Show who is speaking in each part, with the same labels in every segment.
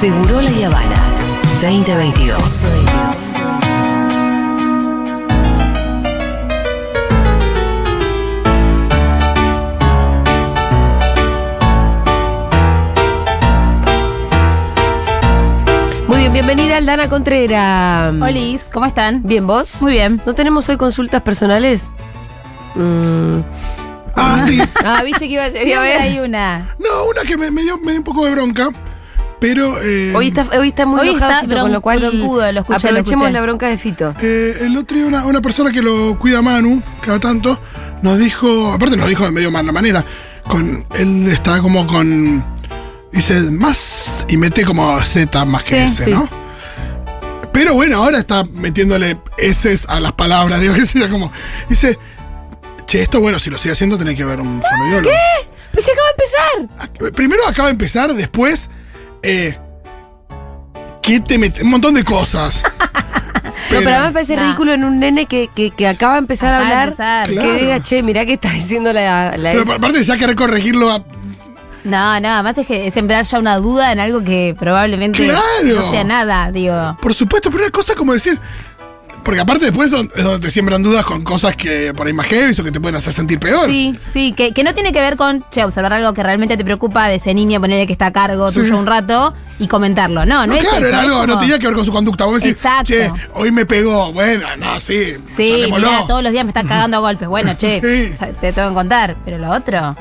Speaker 1: Seguro La Habana 2022.
Speaker 2: Muy bien, bienvenida Aldana Contrera.
Speaker 3: Olis, ¿cómo están?
Speaker 2: Bien, ¿vos?
Speaker 3: Muy bien.
Speaker 2: ¿No tenemos hoy consultas personales? Mm.
Speaker 4: Ah, sí.
Speaker 2: Ah, viste que iba a quería
Speaker 3: Siempre
Speaker 2: ver.
Speaker 3: hay una.
Speaker 4: No, una que me, me dio, me dio un poco de bronca, pero eh,
Speaker 2: Hoy está, hoy está muy
Speaker 3: Hoy
Speaker 2: enojado,
Speaker 3: está
Speaker 2: Fito, con
Speaker 3: bron-
Speaker 2: lo cual
Speaker 3: broncudo, lo escuché, lo
Speaker 2: aprovechemos
Speaker 3: escuché.
Speaker 2: la bronca de Fito.
Speaker 4: eh, el otro día una, una persona que lo cuida Manu, cada tanto, nos dijo, aparte nos dijo de medio mala manera, con él está como con, dice más y mete como Z más que
Speaker 3: Sí,
Speaker 4: S,
Speaker 3: sí.
Speaker 4: ¿no? Pero bueno, ahora está metiéndole S a las palabras, digo que sería como, dice, che, esto bueno, si lo sigue haciendo tenés que ver un fonoaudiólogo.
Speaker 2: Pues se acaba de empezar.
Speaker 4: Ac- Primero acaba de empezar, después. Eh, ¿Qué te mete? Un montón de cosas.
Speaker 2: no, pero además me parece
Speaker 3: Nah.
Speaker 2: ridículo en un nene que, que, que acaba de empezar
Speaker 3: Acaba de
Speaker 2: a hablar.
Speaker 3: empezar.
Speaker 2: Que
Speaker 4: Claro.
Speaker 2: diga, che, mirá que está diciendo la, la
Speaker 4: pero
Speaker 2: S".
Speaker 4: aparte, ya querer corregirlo a.
Speaker 3: No, no, además es que es sembrar ya una duda en algo que probablemente
Speaker 4: ¡Claro!
Speaker 3: no sea nada, digo.
Speaker 4: Por supuesto, pero una cosa como decir. Porque aparte, después don- es donde te siembran dudas con cosas que por ahí más heavy o que te pueden hacer sentir peor.
Speaker 3: Sí, sí, que, que no tiene que ver con, che, observar algo que realmente te preocupa de ese niño, ponerle que está a cargo
Speaker 4: Sí.
Speaker 3: tuyo un rato y comentarlo. No, no,
Speaker 4: No,
Speaker 3: es
Speaker 4: claro,
Speaker 3: eso,
Speaker 4: era
Speaker 3: es
Speaker 4: algo, no
Speaker 3: como-
Speaker 4: tenía que ver con su conducta. Vos decís,
Speaker 3: Exacto.
Speaker 4: che, hoy me pegó. Bueno, no, sí.
Speaker 3: Sí,
Speaker 4: charlémoslo.
Speaker 3: mirá, todos los días me están cagando a golpes. Bueno, che,
Speaker 4: Sí.
Speaker 3: o sea, te tengo que contar, pero lo otro...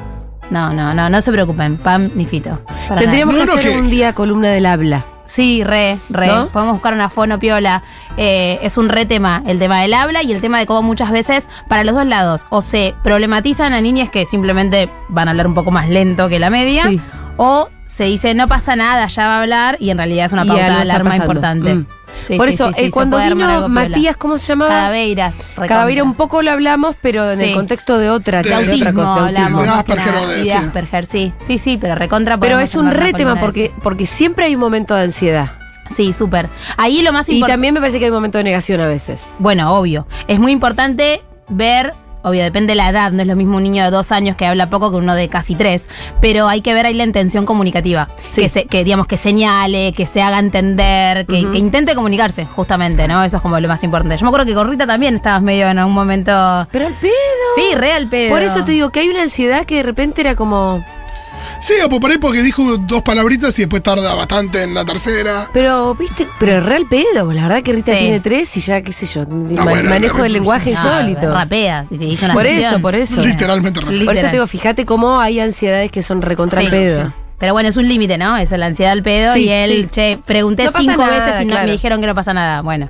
Speaker 3: No, no, no, no se preocupen, Pam ni Fito. para
Speaker 2: Tendríamos
Speaker 4: nada.
Speaker 2: que
Speaker 4: No, no,
Speaker 2: hacer
Speaker 4: que-
Speaker 2: un día columna del habla.
Speaker 3: Sí, re, re.
Speaker 2: ¿No?
Speaker 3: Podemos buscar una fono piola. Eh, es un re tema, el tema del habla y el tema de cómo muchas veces, para los dos lados, o se problematizan a niñas que simplemente van a hablar un poco más lento que la media,
Speaker 2: Sí.
Speaker 3: o se dice no pasa nada, ya va a hablar, y en realidad es una
Speaker 2: Y
Speaker 3: pauta
Speaker 2: algo
Speaker 3: de
Speaker 2: está
Speaker 3: alarma
Speaker 2: pasando.
Speaker 3: importante.
Speaker 2: Mm.
Speaker 3: Sí,
Speaker 2: Por
Speaker 3: sí,
Speaker 2: eso,
Speaker 3: sí, sí,
Speaker 2: eh,
Speaker 3: se
Speaker 2: cuando
Speaker 3: puede armar
Speaker 2: vino
Speaker 3: algo piola.
Speaker 2: Matías, ¿cómo se llamaba?
Speaker 3: Cadaveira.
Speaker 2: Cadaveira
Speaker 3: recontra.
Speaker 2: un poco lo hablamos, pero en
Speaker 3: Sí.
Speaker 2: el contexto de otra,
Speaker 4: De
Speaker 2: de otra
Speaker 3: autismo
Speaker 2: cosa. de
Speaker 3: hablamos,
Speaker 2: autismo.
Speaker 4: De
Speaker 3: más que
Speaker 4: Asperger
Speaker 3: nada.
Speaker 4: o de
Speaker 3: Y
Speaker 4: ese.
Speaker 3: Asperger, sí, sí, sí, pero recontra
Speaker 2: Pero
Speaker 3: Ah, podemos
Speaker 2: es un
Speaker 3: armar una
Speaker 2: re tema
Speaker 3: columna de
Speaker 2: porque,
Speaker 3: eso.
Speaker 2: porque siempre hay un momento de ansiedad.
Speaker 3: Sí, súper. Ahí lo más
Speaker 2: Y
Speaker 3: importante...
Speaker 2: también me parece que hay un momento de negación a veces.
Speaker 3: Bueno, obvio. Es muy importante ver, obvio, depende de la edad, no es lo mismo un niño de dos años que habla poco que uno de casi tres, pero hay que ver ahí la intención comunicativa.
Speaker 2: Sí.
Speaker 3: Que, se- que, digamos, que señale, que se haga entender, que, que intente comunicarse, justamente, ¿no? Eso es como lo más importante. Yo me acuerdo que con Rita también estabas medio en algún momento...
Speaker 2: Pero al pedo.
Speaker 3: Ah. Sí, real, pero...
Speaker 2: Por eso te digo que hay una ansiedad que de repente era como.
Speaker 4: Sí, o por ahí porque dijo dos palabritas y después tarda bastante en la tercera.
Speaker 2: Pero, viste, pero real pedo. La verdad que Rita
Speaker 3: Sí.
Speaker 2: tiene tres y ya, qué sé yo, ma-
Speaker 4: bueno,
Speaker 2: manejo
Speaker 4: la-
Speaker 2: del lenguaje
Speaker 3: No,
Speaker 2: insólito.
Speaker 3: Rapea, y te dice una
Speaker 2: Por eso,
Speaker 3: sección.
Speaker 2: por eso.
Speaker 4: Literalmente real.
Speaker 2: Por eso
Speaker 3: Literal.
Speaker 2: te digo, fíjate cómo hay ansiedades que son recontra
Speaker 3: Sí,
Speaker 2: al pedo.
Speaker 3: sí. Pero bueno, es un límite, ¿no? Es la ansiedad al pedo
Speaker 2: Sí,
Speaker 3: y él,
Speaker 2: sí.
Speaker 3: che, pregunté
Speaker 2: No pasa
Speaker 3: cinco
Speaker 2: nada,
Speaker 3: veces y no,
Speaker 2: claro.
Speaker 3: me dijeron que no pasa nada. Bueno,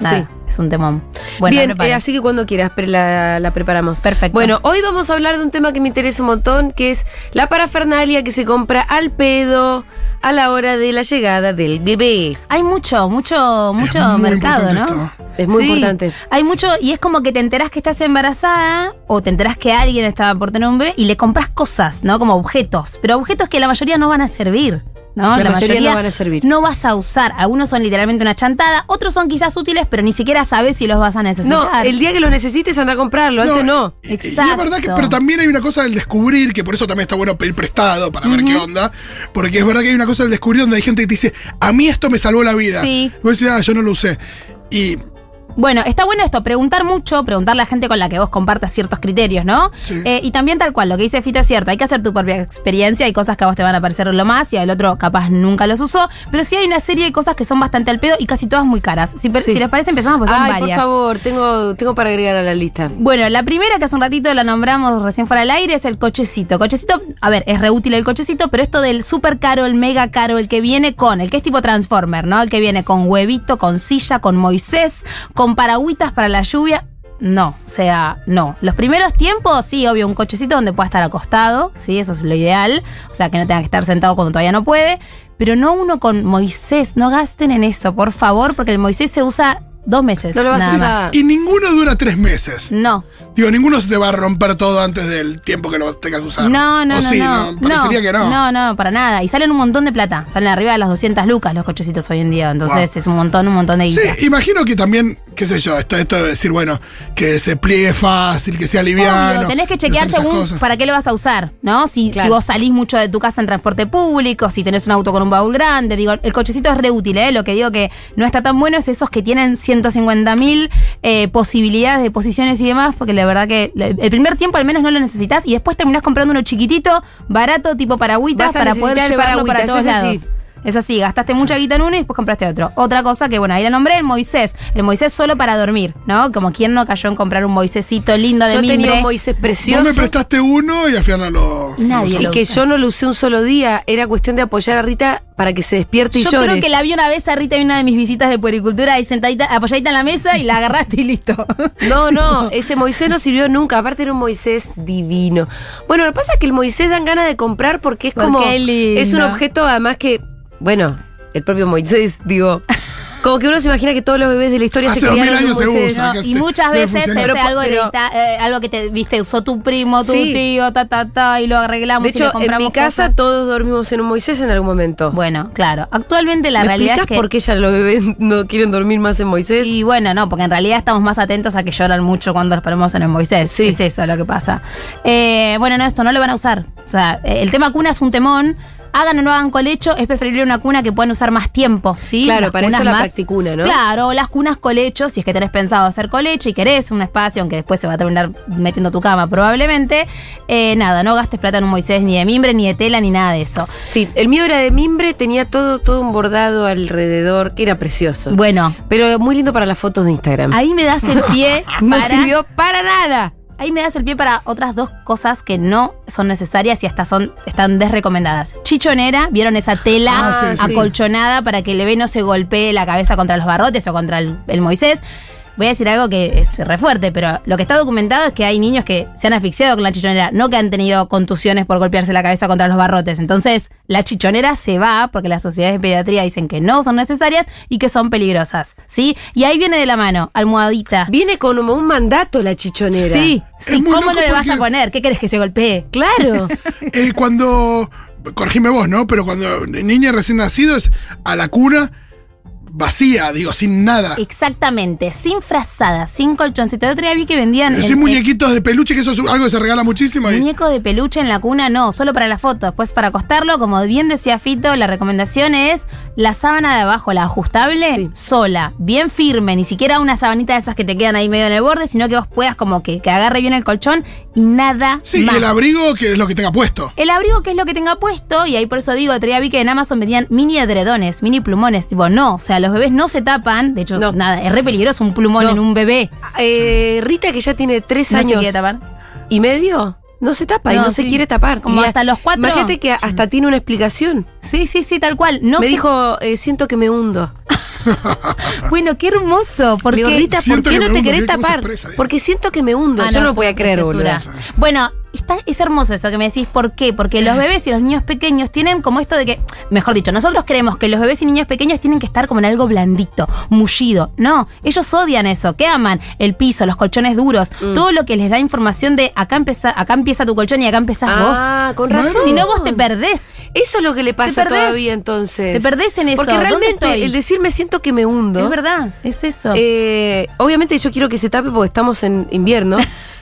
Speaker 3: nada,
Speaker 2: Sí.
Speaker 3: es un temón. Bueno,
Speaker 2: Bien,
Speaker 3: no para.
Speaker 2: eh, así que cuando quieras pre- la, la preparamos.
Speaker 3: Perfecto.
Speaker 2: Bueno, hoy vamos a hablar de un tema que me interesa un montón, que es la parafernalia que se compra al pedo a la hora de la llegada del bebé.
Speaker 3: hay mucho, mucho,
Speaker 4: Es
Speaker 3: mucho
Speaker 4: muy
Speaker 3: mercado, ¿no?
Speaker 4: importante esto.
Speaker 2: Es muy
Speaker 3: Sí.
Speaker 2: importante.
Speaker 3: Hay mucho, y es como que te enterás que estás embarazada o te enterás que alguien estaba por tener un bebé y le compras cosas, ¿no? Como objetos, pero objetos que la mayoría no van a servir, ¿no?
Speaker 2: La mayoría no van a servir.
Speaker 3: No vas a usar. Algunos son literalmente una chantada, otros son quizás útiles, pero ni siquiera sabes si los vas a necesitar.
Speaker 2: No, el día que lo necesites anda a comprarlo, antes no.
Speaker 4: eh, y- y
Speaker 3: Exacto.
Speaker 4: es verdad que, pero también hay una cosa del descubrir, que por eso también está bueno pedir prestado para ver qué onda. Porque es verdad que hay una cosa del descubrir donde hay gente que te dice, a mí esto me salvó la vida.
Speaker 3: Sí.
Speaker 4: Y Vos decís, ah, yo no lo usé. Y
Speaker 3: Bueno, está bueno esto, preguntar mucho, preguntarle a gente con la que vos compartas ciertos criterios, ¿no?
Speaker 4: Sí.
Speaker 3: Eh, y también tal cual, lo que dice Fito es cierto, hay que hacer tu propia experiencia, hay cosas que a vos te van a parecer lo más y al otro capaz nunca los usó, pero sí hay una serie de cosas que son bastante al pedo y casi todas muy caras. Si, per-
Speaker 2: Sí.
Speaker 3: si les parece empezamos, pues son
Speaker 2: Ay,
Speaker 3: varias.
Speaker 2: por favor, tengo, tengo para agregar a la lista.
Speaker 3: Bueno, la primera que hace un ratito la nombramos recién fuera al aire es el cochecito. Cochecito, a ver, es reútil el cochecito, pero esto del súper caro, el mega caro, el que viene con, el que es tipo Transformer, ¿no? El que viene con huevito, con silla, con Moisés, con paragüitas para la lluvia. No, o sea, no. Los primeros tiempos, sí, obvio, un cochecito donde pueda estar acostado, sí, eso es lo ideal. O sea, que no tenga que estar sentado cuando todavía no puede. Pero no uno con Moisés, no gasten en eso, por favor, porque el Moisés se usa dos meses.
Speaker 2: No lo vas a
Speaker 3: nada
Speaker 2: usar.
Speaker 3: más.
Speaker 4: y ninguno dura tres meses.
Speaker 3: No,
Speaker 4: Digo, ninguno se te va a romper todo antes del tiempo que lo tengas que usar.
Speaker 3: No, no,
Speaker 4: O
Speaker 3: no,
Speaker 4: sí,
Speaker 3: no.
Speaker 4: Parecería que no.
Speaker 3: No, no, para nada. Y salen un montón de plata. Salen arriba de las 200 lucas los cochecitos hoy en día. Entonces
Speaker 4: Wow.
Speaker 3: es un montón, un montón de
Speaker 4: Sí,
Speaker 3: guita.
Speaker 4: imagino que también qué sé yo, está esto de decir, bueno, que se pliegue fácil, que sea liviano.
Speaker 3: Obvio, tenés que
Speaker 4: hacer
Speaker 3: chequear
Speaker 4: esas
Speaker 3: según
Speaker 4: cosas.
Speaker 3: para qué lo vas a usar, ¿no? Si,
Speaker 2: Claro.
Speaker 3: si vos salís mucho de tu casa en transporte público, si tenés un auto con un baúl grande, digo, el cochecito es reútil, ¿eh? Lo que digo que no está tan bueno es esos que tienen 150.000 mil eh, posibilidades de posiciones y demás, porque la verdad que la- el primer tiempo al menos no lo necesitas y después terminás comprando uno chiquitito, barato, tipo paragüitas,
Speaker 2: Vas a
Speaker 3: para poder
Speaker 2: necesitar el
Speaker 3: llevarlo para
Speaker 2: paragüitas,
Speaker 3: todos
Speaker 2: ese sí.
Speaker 3: lados. Es así, gastaste mucha guita en uno y después compraste otro. Otra cosa que, bueno, ahí la nombré, el Moisés. El Moisés solo para dormir, ¿no? Como quien no cayó en comprar un Moisésito lindo de
Speaker 2: Yo tenía
Speaker 3: mimbre.
Speaker 2: un Moisés
Speaker 4: Vos me
Speaker 2: precioso.
Speaker 4: prestaste uno y al final no lo.
Speaker 3: Nadie
Speaker 4: no
Speaker 3: lo
Speaker 4: lo
Speaker 2: Y que yo no lo usé un solo día. Era cuestión de apoyar a Rita para que se despierte y
Speaker 3: Yo
Speaker 2: llore.
Speaker 3: creo que la vi una vez a Rita en una de mis visitas de puericultura ahí sentadita, apoyadita en la mesa y la agarraste y listo.
Speaker 2: No, no, ese Moisés no sirvió nunca. Aparte era un Moisés divino. Bueno, lo que pasa es que el Moisés dan ganas de comprar porque es
Speaker 3: Porque
Speaker 2: como.
Speaker 3: es lindo.
Speaker 2: Es un objeto, además que. Bueno, el propio Moisés, digo. Como que uno se imagina que todos los bebés de la historia
Speaker 4: Hace
Speaker 2: se
Speaker 4: 2000
Speaker 2: criaron en un
Speaker 4: años se
Speaker 2: Moisés.
Speaker 4: usa. Sacaste,
Speaker 3: y muchas
Speaker 4: debe
Speaker 3: veces
Speaker 4: funcionar.
Speaker 3: es
Speaker 2: Pero-
Speaker 3: algo,
Speaker 2: pero-
Speaker 3: heredita- eh, algo que te, viste, usó tu primo, tu
Speaker 2: Sí.
Speaker 3: tío, ta, ta, ta, y lo arreglamos.
Speaker 2: De
Speaker 3: y le
Speaker 2: hecho, en
Speaker 3: compramos
Speaker 2: mi casa
Speaker 3: cosas.
Speaker 2: todos dormimos en un Moisés en algún momento.
Speaker 3: Bueno, claro. Actualmente la
Speaker 2: ¿Me
Speaker 3: realidad es
Speaker 2: explicas
Speaker 3: que.
Speaker 2: por qué ya los bebés no quieren dormir más en Moisés?
Speaker 3: Y bueno, no, porque en realidad estamos más atentos a que lloran mucho cuando los ponemos en el Moisés.
Speaker 2: Sí.
Speaker 3: Es eso lo que pasa. Eh, bueno, no, esto no lo van a usar. O sea, eh, el tema cuna es un temón. Hagan o no hagan colecho, es preferible una cuna que puedan usar más tiempo, ¿sí?
Speaker 2: Claro,
Speaker 3: Las
Speaker 2: para eso
Speaker 3: cunas
Speaker 2: la
Speaker 3: más-
Speaker 2: practicuna, ¿no?
Speaker 3: Claro, las cunas colecho, si es que tenés pensado hacer colecho y querés un espacio, aunque después se va a terminar metiendo tu cama probablemente. eh, nada, no gastes plata en un Moisés ni de mimbre, ni de tela, ni nada de eso.
Speaker 2: Sí, el mío era de mimbre, tenía todo, todo un bordado alrededor, que era precioso.
Speaker 3: Bueno,
Speaker 2: Pero muy lindo para las fotos de Instagram.
Speaker 3: ahí me das el pie
Speaker 2: no
Speaker 3: para-
Speaker 2: sirvió para nada.
Speaker 3: Ahí me das el pie para otras dos cosas que no son necesarias y hasta son, están desrecomendadas. Chichonera, ¿vieron esa tela
Speaker 4: Ah, sí, sí.
Speaker 3: acolchonada para que el bebé no se golpee la cabeza contra los barrotes o contra el, el Moisés? Voy a decir algo que es re fuerte, pero lo que está documentado es que hay niños que se han asfixiado con la chichonera, no que han tenido contusiones por golpearse la cabeza contra los barrotes. Entonces, la chichonera se va porque las sociedades de pediatría dicen que no son necesarias y que son peligrosas, ¿sí? Y ahí viene de la mano, almohadita.
Speaker 2: Viene con un, un mandato la chichonera.
Speaker 3: Sí,
Speaker 4: Es
Speaker 3: sí,
Speaker 4: muy
Speaker 3: ¿cómo
Speaker 4: loco
Speaker 3: no le vas a
Speaker 4: porque-
Speaker 3: poner? ¿Qué querés que se golpee?
Speaker 2: Claro.
Speaker 4: Eh, cuando. Corregime vos, ¿no? Pero cuando niña recién nacido es a la cuna vacía, digo, sin nada. Eh,
Speaker 3: Exactamente, sin frazadas, sin colchoncito. El otro día vi que vendían
Speaker 4: Pero
Speaker 3: el-
Speaker 4: sin
Speaker 3: el
Speaker 4: muñequitos de peluche, que eso es algo que se regala muchísimo. Y
Speaker 3: muñeco de peluche en la cuna, no, solo para la foto. Después para acostarlo, como bien decía Fito, la recomendación es la sábana de abajo, la ajustable,
Speaker 2: Sí.
Speaker 3: sola, bien firme, ni siquiera una sabanita de esas que te quedan ahí medio en el borde, sino que vos puedas como que, que agarre bien el colchón y nada
Speaker 4: sí,
Speaker 3: más.
Speaker 4: y el abrigo, que es lo que tenga puesto.
Speaker 3: El abrigo, que es lo que tenga puesto, y ahí por eso digo, otro día vi que en Amazon vendían mini edredones, mini plumones. Tipo, no, o sea, los bebés no se tapan. De hecho,
Speaker 2: No.
Speaker 3: nada, es re peligroso un plumón
Speaker 2: No.
Speaker 3: en un bebé.
Speaker 2: Eh, Rita, que ya tiene tres
Speaker 3: No se
Speaker 2: años
Speaker 3: quiere tapar.
Speaker 2: y medio, no se tapa y
Speaker 3: No,
Speaker 2: no se
Speaker 3: sí.
Speaker 2: quiere tapar.
Speaker 3: Como
Speaker 2: Y
Speaker 3: hasta los cuatro.
Speaker 2: Imagínate que hasta tiene una explicación.
Speaker 3: Sí, sí, sí, tal cual. No
Speaker 2: me
Speaker 3: se-
Speaker 2: dijo, eh, siento que me hundo.
Speaker 3: bueno, qué hermoso.
Speaker 2: Le
Speaker 3: Porque
Speaker 2: digo, Rita, ¿por
Speaker 4: Siento
Speaker 2: qué
Speaker 4: que
Speaker 2: no te
Speaker 4: me hundo,
Speaker 2: querés
Speaker 4: ¿qué? ¿Cómo se
Speaker 2: tapar?
Speaker 4: expresa, digamos?
Speaker 2: Porque siento que me hundo.
Speaker 3: Ah,
Speaker 2: Yo no,
Speaker 3: es
Speaker 2: lo podía
Speaker 3: una
Speaker 2: creer,
Speaker 3: preciosura.
Speaker 2: boludo.
Speaker 3: Bueno, está, es hermoso eso que me decís, ¿por qué? Porque los bebés y los niños pequeños tienen como esto de que, mejor dicho, nosotros creemos que los bebés y niños pequeños tienen que estar como en algo blandito, mullido. No, ellos odian eso, que aman el piso, los colchones duros,
Speaker 2: Mm.
Speaker 3: todo lo que les da información de acá empieza, acá empieza tu colchón y acá empezás
Speaker 2: Ah, con
Speaker 4: Bueno.
Speaker 2: razón.
Speaker 3: vos. Si no, vos te perdés.
Speaker 2: Eso es lo que le pasa
Speaker 3: perdés.
Speaker 2: todavía entonces.
Speaker 3: Te perdés en eso.
Speaker 2: Porque
Speaker 3: ¿Dónde
Speaker 2: realmente
Speaker 3: estoy?
Speaker 2: el decir me siento que me hundo.
Speaker 3: Es verdad, es eso.
Speaker 2: Eh, obviamente yo quiero que se tape porque estamos en invierno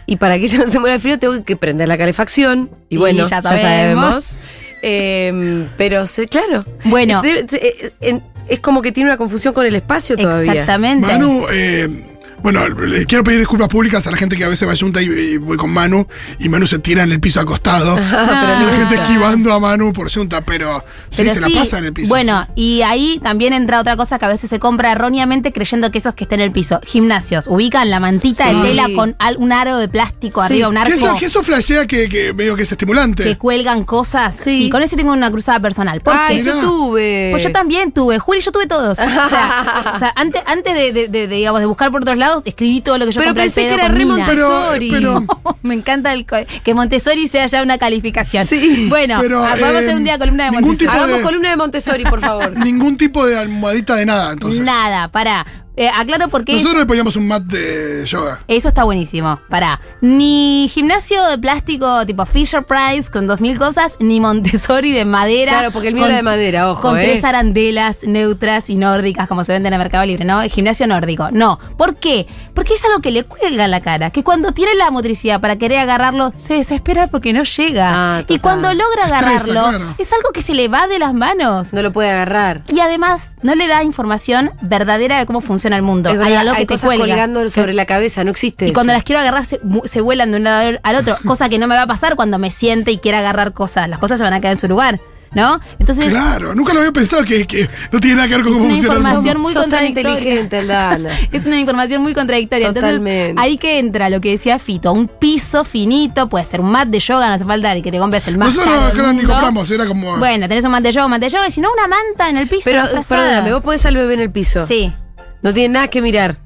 Speaker 2: y para que ella no se muera de frío tengo que prender la calefacción y
Speaker 3: Y
Speaker 2: bueno,
Speaker 3: ya
Speaker 2: ya sabemos.
Speaker 3: sabemos.
Speaker 2: Eh, pero se- claro,
Speaker 3: Bueno.
Speaker 2: Se- se- eh, en- es como que tiene una confusión con el espacio todavía.
Speaker 3: Exactamente.
Speaker 4: Manu, eh, bueno, le quiero pedir disculpas públicas a la gente que a veces va junta y, y voy con Manu y Manu se tira en el piso acostado.
Speaker 3: Ah,
Speaker 4: Y la gente
Speaker 3: claro.
Speaker 4: esquivando a Manu por junta, pero sí
Speaker 3: Pero
Speaker 4: se la
Speaker 3: sí,
Speaker 4: pasa en el piso.
Speaker 3: Bueno, y ahí también entra otra cosa que a veces se compra erróneamente creyendo que esos que estén en el piso. Gimnasios. Ubican la mantita
Speaker 2: Sí.
Speaker 3: de tela con al- un aro de plástico
Speaker 2: Sí.
Speaker 3: arriba, un
Speaker 4: Que eso,
Speaker 3: arco.
Speaker 4: que eso flashea que, que medio que es estimulante.
Speaker 3: Que cuelgan cosas.
Speaker 2: Sí.
Speaker 3: Sí. con ese tengo una cruzada personal. ¿Por
Speaker 2: Ay,
Speaker 3: qué?
Speaker 2: yo tuve.
Speaker 3: Pues yo también tuve, Juli, yo tuve todos. O sea, o sea, antes, antes de, de- de- de, digamos, de buscar por otros lados, escribí todo lo que yo
Speaker 2: Pero
Speaker 3: compré al
Speaker 2: pensé
Speaker 3: pedo
Speaker 2: que era
Speaker 3: con
Speaker 2: re
Speaker 3: Nina.
Speaker 4: Pero-
Speaker 2: Montessori.
Speaker 4: pero-
Speaker 3: Me encanta el co- que Montessori sea ya una calificación.
Speaker 2: Sí.
Speaker 3: Bueno,
Speaker 4: Pero,
Speaker 3: ah, podemos
Speaker 4: eh,
Speaker 3: hacer un día columna de
Speaker 4: ningún
Speaker 3: Montessori.
Speaker 4: tipo
Speaker 2: Hagamos
Speaker 4: de-
Speaker 2: columna de Montessori, por favor.
Speaker 4: Ningún tipo de almohadita de nada, entonces.
Speaker 3: Nada, para. eh, aclaro por qué.
Speaker 4: Nosotros le poníamos un mat de yoga.
Speaker 3: Eso está buenísimo. Para ni gimnasio de plástico tipo Fisher Price con dos mil cosas, ni Montessori de madera.
Speaker 2: Claro, porque el mío
Speaker 3: con-
Speaker 2: era de madera, ojo.
Speaker 3: Con
Speaker 2: eh.
Speaker 3: tres arandelas neutras y nórdicas, como se venden en el Mercado Libre, ¿no? El gimnasio nórdico. No. ¿Por qué? Porque es algo que le cuelga la cara. Que cuando tiene la motricidad para querer agarrarlo, se desespera porque no llega.
Speaker 2: Ah,
Speaker 3: y
Speaker 2: total.
Speaker 3: cuando logra
Speaker 4: Estresa,
Speaker 3: agarrarlo,
Speaker 4: claro.
Speaker 3: es algo que se le va de las manos.
Speaker 2: No lo puede agarrar.
Speaker 3: Y además, no le da información verdadera de cómo funciona el mundo.
Speaker 2: Es
Speaker 3: hay
Speaker 2: verdad,
Speaker 3: algo que
Speaker 2: hay
Speaker 3: te
Speaker 2: cosas
Speaker 3: cuelga.
Speaker 2: colgando sobre la cabeza, no existe.
Speaker 3: Y cuando
Speaker 2: eso.
Speaker 3: las quiero agarrar se, mu- se vuelan de un lado al otro, cosa que no me va a pasar cuando me siente y quiera agarrar cosas. Las cosas se van a quedar en su lugar, ¿no? Entonces,
Speaker 4: Claro, nunca lo había pensado que, que no tiene nada que ver con
Speaker 3: Es
Speaker 4: cómo
Speaker 3: una
Speaker 4: funciona el mundo.
Speaker 3: información muy
Speaker 2: Sos tan
Speaker 3: contradictoria.
Speaker 2: inteligente, Aldana.
Speaker 3: es una información muy contradictoria. Entonces,
Speaker 2: Totalmente.
Speaker 3: ahí que entra lo que decía Fito, un piso finito, puede ser un mat de yoga, no hace falta el que te compres el mat.
Speaker 4: Nosotros
Speaker 3: caro del
Speaker 4: acá ni
Speaker 3: mundo.
Speaker 4: compramos, era como.
Speaker 3: Bueno, tenés un mat de yoga, un mat de yoga, y si no, una manta en el piso.
Speaker 2: ah. Pero,
Speaker 3: frazada.
Speaker 2: perdóname, vos pones al bebé en el piso.
Speaker 3: Sí,
Speaker 2: No tiene nada que mirar.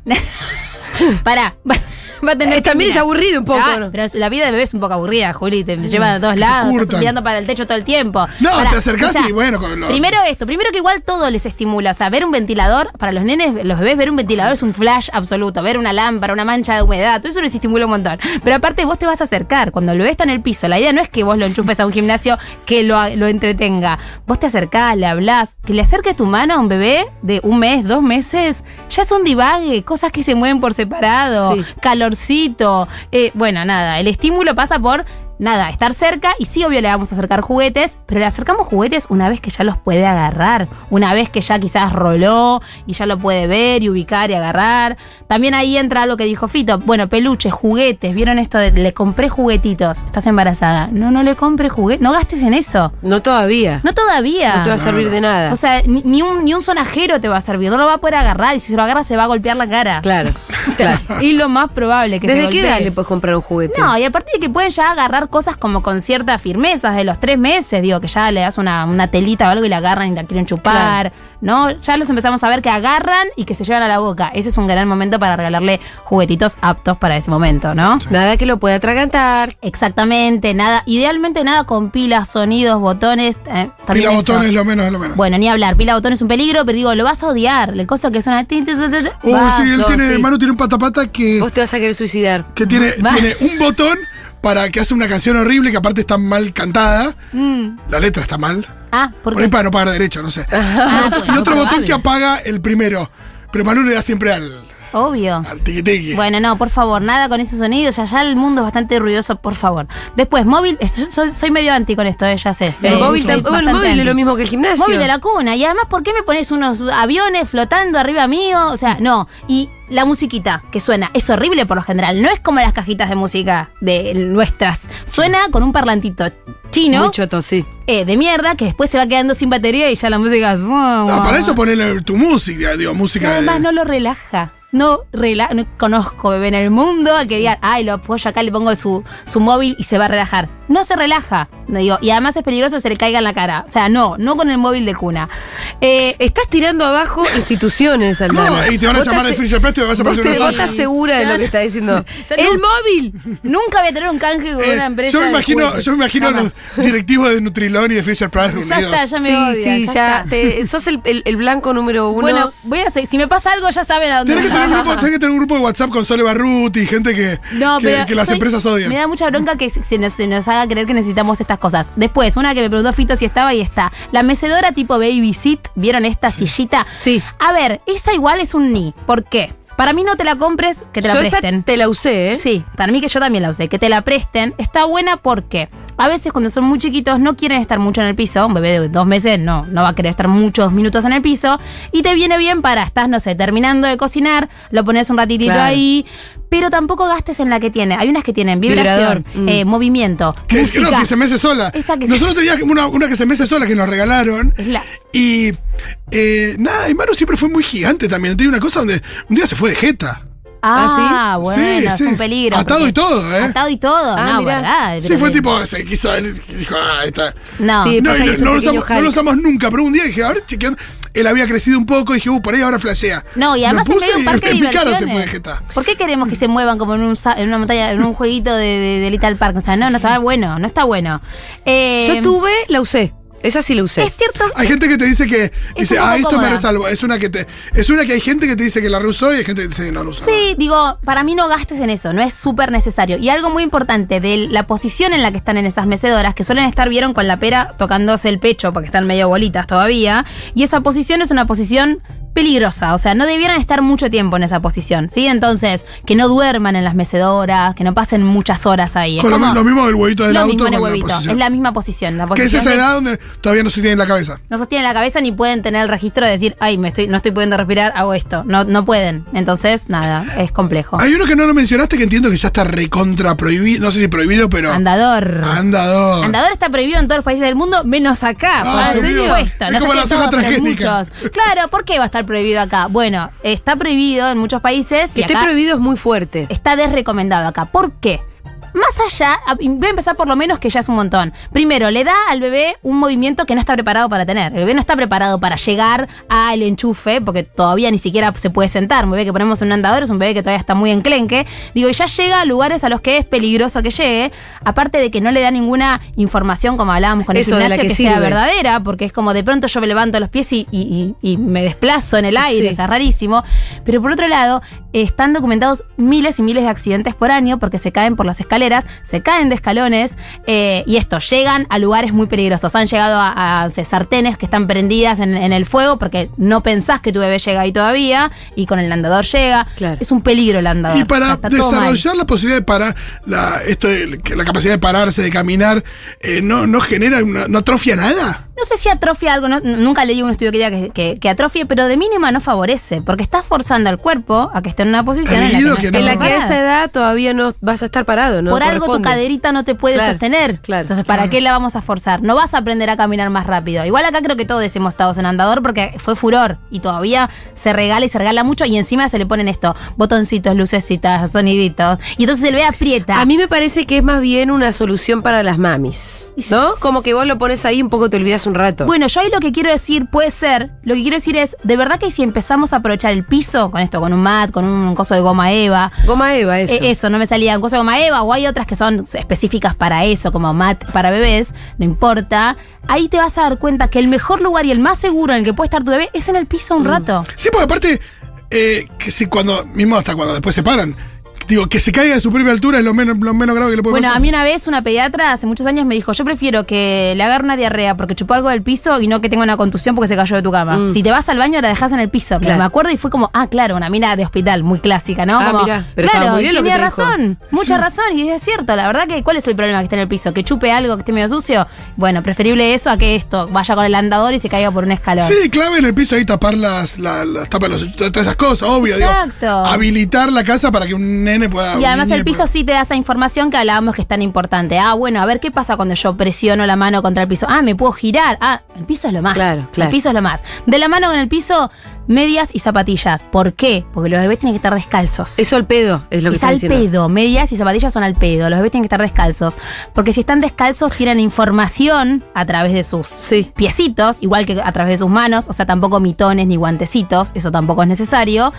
Speaker 3: pará. Va, va a tener
Speaker 2: Eh,
Speaker 3: que
Speaker 2: también es
Speaker 3: mirar.
Speaker 2: aburrido un poco,
Speaker 3: Ah,
Speaker 2: ¿no?
Speaker 3: Pero la vida de bebé es un poco aburrida, Juli. Te lleva a todos lados, estás
Speaker 4: curtan.
Speaker 3: mirando para el techo todo el tiempo.
Speaker 4: No,
Speaker 3: Pará,
Speaker 4: te acercás
Speaker 3: o sea,
Speaker 4: y bueno, con lo-
Speaker 3: Primero esto, primero que igual todo les estimula. O sea, ver un ventilador, para los nenes, los bebés, ver un ventilador es un flash absoluto. Ver una lámpara, una mancha de humedad, todo eso les estimula un montón. Pero aparte vos te vas a acercar. Cuando el bebé está en el piso, la idea no es que vos lo enchufes a un gimnasio que lo, lo entretenga. Vos te acercás, le hablás, que le acerques tu mano a un bebé de un mes, dos meses, ya es un divague, cosas que se mueven por separado,
Speaker 2: Sí.
Speaker 3: calorcito. eh, bueno, nada, el estímulo pasa por nada, estar cerca y sí, obvio, le vamos a acercar juguetes, pero le acercamos juguetes una vez que ya los puede agarrar, una vez que ya quizás roló y ya lo puede ver y ubicar y agarrar. También ahí entra algo que dijo Fito, bueno, peluches, juguetes, ¿vieron esto de le compré juguetitos? Estás embarazada. No, no le compres juguetes, no gastes en eso.
Speaker 2: No todavía.
Speaker 3: No todavía.
Speaker 2: No te va
Speaker 4: Ah.
Speaker 2: a servir de nada.
Speaker 3: O sea, ni, ni un, ni un sonajero te va a servir, no lo va a poder agarrar y si se lo agarra se va a golpear la cara.
Speaker 2: claro.
Speaker 3: O sea, Y lo más probable que se
Speaker 2: ¿Desde qué
Speaker 3: golpee.
Speaker 2: edad le puedes comprar un juguete?
Speaker 3: No, y aparte de que pueden ya agarrar cosas como con cierta firmeza, de los tres meses, digo, que ya le das una, una telita o algo y la agarran y la quieren chupar, ¿no? Ya los empezamos a ver que agarran y que se llevan a la boca. Ese es un gran momento para regalarle juguetitos aptos para ese momento, ¿no?
Speaker 2: Nada que lo pueda atragantar.
Speaker 3: Exactamente, nada, idealmente nada con pilas, sonidos, botones. eh, también
Speaker 4: Pila
Speaker 3: eso.
Speaker 4: botones, lo menos, lo menos.
Speaker 3: Bueno, ni hablar, pila botón es un peligro, pero digo, lo vas a odiar. El coso que suena. ti, ti, ti, ti, ti,
Speaker 4: Uh,
Speaker 3: va.
Speaker 4: sí, él
Speaker 2: no,
Speaker 4: tiene,
Speaker 2: sí.
Speaker 4: Manu tiene un patapata que,
Speaker 2: Vos te vas a querer suicidar.
Speaker 4: que tiene,
Speaker 3: Va.
Speaker 4: tiene un botón para que hace una canción horrible que aparte está mal cantada.
Speaker 3: Mm.
Speaker 4: La letra está mal.
Speaker 3: Ah, ¿por
Speaker 4: Por
Speaker 3: qué?
Speaker 4: ahí para no pagar derecho, no sé.
Speaker 3: Ah,
Speaker 4: Y otro botón
Speaker 3: probable.
Speaker 4: que apaga el primero. Pero Manu le da siempre al,
Speaker 3: Obvio.
Speaker 4: al tiqui
Speaker 3: Bueno, no, por favor, nada con ese sonido. Ya, ya el mundo es bastante ruidoso, por favor. Después, móvil. esto- yo soy, soy medio anti con esto, eh, ya sé.
Speaker 2: El
Speaker 3: Eh,
Speaker 2: móvil,
Speaker 3: soy
Speaker 2: tam- bueno, el
Speaker 3: bastante
Speaker 2: móvil es
Speaker 3: anti.
Speaker 2: lo mismo que el gimnasio.
Speaker 3: Móvil de la cuna. Y además, ¿por qué me pones unos aviones flotando arriba mío? O sea, no. Y la musiquita que suena es horrible por lo general. No es como las cajitas de música de nuestras. Suena con un parlantito chino
Speaker 2: Muy choto, sí.
Speaker 3: eh, de mierda que después se va quedando sin batería y ya la música es.
Speaker 4: No, Ah, para eso ponele tu música, digo, música.
Speaker 3: Nada más
Speaker 4: de-
Speaker 3: no lo relaja. No, rela no conozco bebé en el mundo a que diga, ay, lo apoyo acá, le pongo su, su móvil y se va a relajar. No se relaja, no digo. Y además es peligroso que se le caiga en la cara. O sea, no, no con el móvil de cuna. Eh,
Speaker 2: Estás tirando abajo instituciones, Aldana.
Speaker 4: No, Ah, y te van a
Speaker 2: Vos
Speaker 4: llamar
Speaker 2: estás-
Speaker 4: de Fisher Price y vas a
Speaker 2: Vos,
Speaker 4: aparecer
Speaker 2: te,
Speaker 4: una
Speaker 2: vos
Speaker 4: sala.
Speaker 2: estás segura de lo que está diciendo.
Speaker 3: Ya no-
Speaker 2: ¡El móvil!
Speaker 3: nunca voy a tener un canje con
Speaker 4: Eh,
Speaker 3: una empresa.
Speaker 4: yo me
Speaker 3: de
Speaker 4: imagino,
Speaker 3: juguetes.
Speaker 4: yo me imagino
Speaker 3: Jamás.
Speaker 4: los directivos de Nutrilon y de Fisher Price reunidos.
Speaker 3: Ya está, ya me
Speaker 2: sí,
Speaker 3: odia,
Speaker 2: sí,
Speaker 3: ya
Speaker 2: ya.
Speaker 3: está.
Speaker 2: te- sos el, el- el blanco número uno.
Speaker 3: Bueno, voy a seguir. Si me pasa algo, ya saben a dónde
Speaker 4: Tenés que,
Speaker 3: voy.
Speaker 4: tener un grupo, tenés que tener un grupo de WhatsApp con Sole Barruti, gente que,
Speaker 3: No,
Speaker 4: que,
Speaker 3: pero
Speaker 4: que las
Speaker 3: soy-
Speaker 4: empresas
Speaker 3: Me
Speaker 4: odian.
Speaker 3: da mucha bronca que se se nos, se nos haga creer que necesitamos estas cosas. Después, una que me preguntó Fito si estaba y está. La mecedora tipo babysit, ¿vieron esta sillita?
Speaker 2: Sí.
Speaker 3: A ver, esa igual es un ni. ¿Por qué? Para mí no te la compres, que te la
Speaker 2: Yo esa
Speaker 3: presten.
Speaker 2: te la usé, ¿eh?
Speaker 3: Sí, para mí que yo también la usé, que te la presten, está buena porque a veces cuando son muy chiquitos no quieren estar mucho en el piso, un bebé de dos meses no, no va a querer estar muchos minutos en el piso, y te viene bien para, estás, no sé, terminando de cocinar, lo pones un ratitito
Speaker 2: Claro.
Speaker 3: ahí, pero tampoco gastes en la que tiene, hay unas que tienen vibración,
Speaker 2: Vibrador, mm.
Speaker 3: eh, movimiento,
Speaker 4: Que es que no,
Speaker 3: música,
Speaker 4: que se mece sola.
Speaker 3: Esa que se-
Speaker 4: Nosotros teníamos una, una que se mece sola que nos regalaron.
Speaker 3: es la...
Speaker 4: Y eh, nada, y Manu siempre fue muy gigante también. Tiene una cosa donde un día se fue de jeta.
Speaker 3: Ah,
Speaker 4: ¿sí?
Speaker 3: bueno,
Speaker 4: Sí,
Speaker 3: es
Speaker 4: sí.
Speaker 3: un peligro.
Speaker 4: Atado
Speaker 3: porque-
Speaker 4: y todo, ¿eh?
Speaker 3: Atado y todo,
Speaker 2: Ah,
Speaker 3: no,
Speaker 2: mirá.
Speaker 3: ¿verdad?
Speaker 4: Sí,
Speaker 3: Pero
Speaker 4: fue
Speaker 3: que-
Speaker 4: tipo, se quiso, él dijo, ah, está.
Speaker 3: No,
Speaker 2: Sí,
Speaker 4: No,
Speaker 2: pasa
Speaker 4: y
Speaker 2: que
Speaker 4: no,
Speaker 2: es un
Speaker 4: no
Speaker 2: pequeño
Speaker 4: lo usamos, no
Speaker 2: Hulk.
Speaker 4: lo usamos nunca, pero un día dije, ahora chequeando. Él había crecido un poco, dije, uh, por ahí ahora flashea.
Speaker 3: No, y
Speaker 4: Lo
Speaker 3: además en
Speaker 4: puse
Speaker 3: medio de un
Speaker 4: y
Speaker 3: parque de
Speaker 4: en mi cara se
Speaker 3: diversiones.
Speaker 4: fue de jeta.
Speaker 3: ¿Por qué queremos que se muevan como en, un, sa- en una montaña, en un jueguito de, de, de Little Park? O sea, no, no está bueno, no está bueno. Eh,
Speaker 2: Yo tuve, la usé. Esa sí la usé.
Speaker 3: Es cierto.
Speaker 4: Hay gente que te dice que dice,
Speaker 3: un poco
Speaker 4: ah, esto
Speaker 3: cómoda".
Speaker 4: me resalvo. Es una que te. Es una que hay gente que te dice que la reusó y hay gente que te dice que no la usó.
Speaker 3: Sí, digo, para mí no gastes en eso, no es súper necesario. Y algo muy importante de la posición en la que están en esas mecedoras, que suelen estar, vieron, con la pera tocándose el pecho porque están medio bolitas todavía. Y esa posición es una posición peligrosa, o sea, no debieran estar mucho tiempo en esa posición, ¿sí? Entonces, que no duerman en las mecedoras, que no pasen muchas horas ahí. Es
Speaker 4: Con lo,
Speaker 3: como
Speaker 4: mi- lo mismo del huevito del
Speaker 3: lo
Speaker 4: auto.
Speaker 3: mismo en el
Speaker 4: con la
Speaker 3: huevito,
Speaker 4: posición.
Speaker 3: es la misma posición. La
Speaker 4: que es
Speaker 3: posición
Speaker 4: esa
Speaker 3: de-
Speaker 4: edad donde todavía no se tiene en la cabeza.
Speaker 3: no sostienen la cabeza ni pueden tener el registro de decir, ay, me estoy, no estoy pudiendo respirar, hago esto. No, no pueden. Entonces, nada, es complejo.
Speaker 4: Hay uno que no lo mencionaste que entiendo que ya está recontra prohibido. No sé si prohibido, pero.
Speaker 3: Andador.
Speaker 4: Andador.
Speaker 3: Andador está prohibido en todos los países del mundo, menos acá,
Speaker 4: Ah,
Speaker 3: por
Speaker 4: ¿en serio?
Speaker 3: supuesto.
Speaker 4: Es
Speaker 3: No sé
Speaker 4: como
Speaker 3: si
Speaker 4: la
Speaker 3: en
Speaker 4: soja
Speaker 3: todos, pero en
Speaker 4: transgénica.
Speaker 3: muchos. Claro, ¿por qué va a estar prohibido acá? Bueno, está prohibido en muchos países
Speaker 2: Que
Speaker 3: y
Speaker 2: esté
Speaker 3: acá
Speaker 2: prohibido es muy fuerte.
Speaker 3: está desrecomendado acá. ¿Por qué? Más allá, a- voy a empezar por lo menos que ya es un montón. Primero, le da al bebé un movimiento que no está preparado para tener. El bebé no está preparado para llegar al enchufe, porque todavía ni siquiera se puede sentar. Un bebé que ponemos en un andador es un bebé que todavía está muy enclenque. Digo, y ya llega a lugares a los que es peligroso que llegue. Aparte de que no le da ninguna información, como hablábamos con el
Speaker 2: Eso, de la
Speaker 3: gimnasio, que,
Speaker 2: que
Speaker 3: sea
Speaker 2: sirve.
Speaker 3: verdadera, porque es como de pronto yo me levanto los pies y, y- y- y me desplazo en el aire.
Speaker 2: Sí.
Speaker 3: O sea, rarísimo. Pero por otro lado, están documentados miles y miles de accidentes por año porque se caen por las escaleras, se caen de escalones eh, y esto, llegan a lugares muy peligrosos. Han llegado a, a, no sé, sartenes que están prendidas en, en el fuego porque no pensás que tu bebé llega ahí todavía y con el andador llega.
Speaker 2: Claro.
Speaker 3: Es un peligro el andador.
Speaker 4: Y para
Speaker 3: Está todo mal.
Speaker 4: desarrollar la posibilidad de parar, la, esto, de- que la capacidad de pararse, de caminar, eh, no, no genera, una- no atrofia nada.
Speaker 3: No sé si atrofia algo, no- nunca leí un estudio que diga que, que- que atrofie, pero de mínima no favorece, porque estás forzando al cuerpo a que esté en una posición en la que,
Speaker 4: Erguido
Speaker 3: no
Speaker 4: que
Speaker 3: está
Speaker 4: no.
Speaker 2: En la que a
Speaker 3: preparado.
Speaker 2: esa edad todavía no vas a estar parado, ¿no?
Speaker 3: Por algo tu
Speaker 2: Corresponde.
Speaker 3: caderita no te puede
Speaker 2: Claro,
Speaker 3: sostener.
Speaker 2: claro.
Speaker 3: Entonces, ¿para qué la vamos a forzar? No vas a aprender a caminar más rápido. Igual acá creo que todos hemos estado en andador porque fue furor y todavía se regala y se regala mucho y encima se le ponen esto, botoncitos, lucecitas, soniditos. Y entonces el bebé aprieta.
Speaker 2: A mí me parece que es más bien una solución para las mamis, ¿no? Como que vos lo pones ahí un poco te olvidas un rato.
Speaker 3: Bueno, yo ahí lo que quiero decir puede ser, lo que quiero decir es, de verdad que si empezamos a aprovechar el piso con esto, con un mat, con un coso de goma eva,
Speaker 2: Goma Eva, eso.
Speaker 3: Eh, Eso. no me salía un coso como Eva, o hay otras que son específicas para eso, como mat para bebés, no importa. Ahí te vas a dar cuenta que el mejor lugar y el más seguro en el que puede estar tu bebé es en el piso un rato.
Speaker 4: Sí, porque aparte, eh, que si cuando, mismo hasta cuando después se paran, digo, que se caiga de su propia altura es lo menos, lo menos grave que le puede
Speaker 3: Bueno,
Speaker 4: pasar.
Speaker 3: a mí una vez una pediatra hace muchos años me dijo, yo prefiero que le agarre una diarrea porque chupó algo del piso y no que tenga una contusión porque se cayó de tu cama.
Speaker 2: Mm.
Speaker 3: Si te vas al baño la dejas en el piso.
Speaker 2: Claro.
Speaker 3: Me acuerdo y fue como, ah, claro, una mina de hospital, muy clásica, ¿no?
Speaker 2: Ah,
Speaker 3: Como,
Speaker 2: mirá, pero
Speaker 3: claro,
Speaker 2: estaba muy bien lo que
Speaker 3: tenía
Speaker 2: te dijo.
Speaker 3: razón, mucha
Speaker 4: Sí.
Speaker 3: razón y es cierto, la verdad que ¿cuál es el problema que está en el piso? Que chupe algo que esté medio sucio. Bueno, preferible eso a que esto vaya con el andador y se caiga por un escalón.
Speaker 4: Sí, clave en el piso ahí tapar las, la- las tapas, los- todas esas cosas, obvio. digo,
Speaker 3: Exacto.
Speaker 4: habilitar la casa para que un nene pueda. pues.
Speaker 3: Y
Speaker 4: un
Speaker 3: además
Speaker 4: niño
Speaker 3: el piso
Speaker 4: pueda-
Speaker 3: sí te da esa información que hablábamos que es tan importante. Ah, bueno, a ver qué pasa cuando yo presiono la mano contra el piso. Ah, me puedo girar. Ah, el piso es lo más.
Speaker 2: Claro, claro.
Speaker 3: El piso es lo más. De la mano con el piso, medias y zapatillas. ¿Por qué? Porque los bebés tienen que estar descalzos.
Speaker 2: Eso al pedo es lo que
Speaker 3: es
Speaker 2: está
Speaker 3: al
Speaker 2: diciendo.
Speaker 3: pedo, medias y zapatillas son al pedo. Los bebés tienen que estar descalzos. Porque si están descalzos, tienen información a través de sus
Speaker 2: Sí.
Speaker 3: piecitos, igual que a través de sus manos, o sea, tampoco mitones ni guantecitos, eso tampoco es necesario.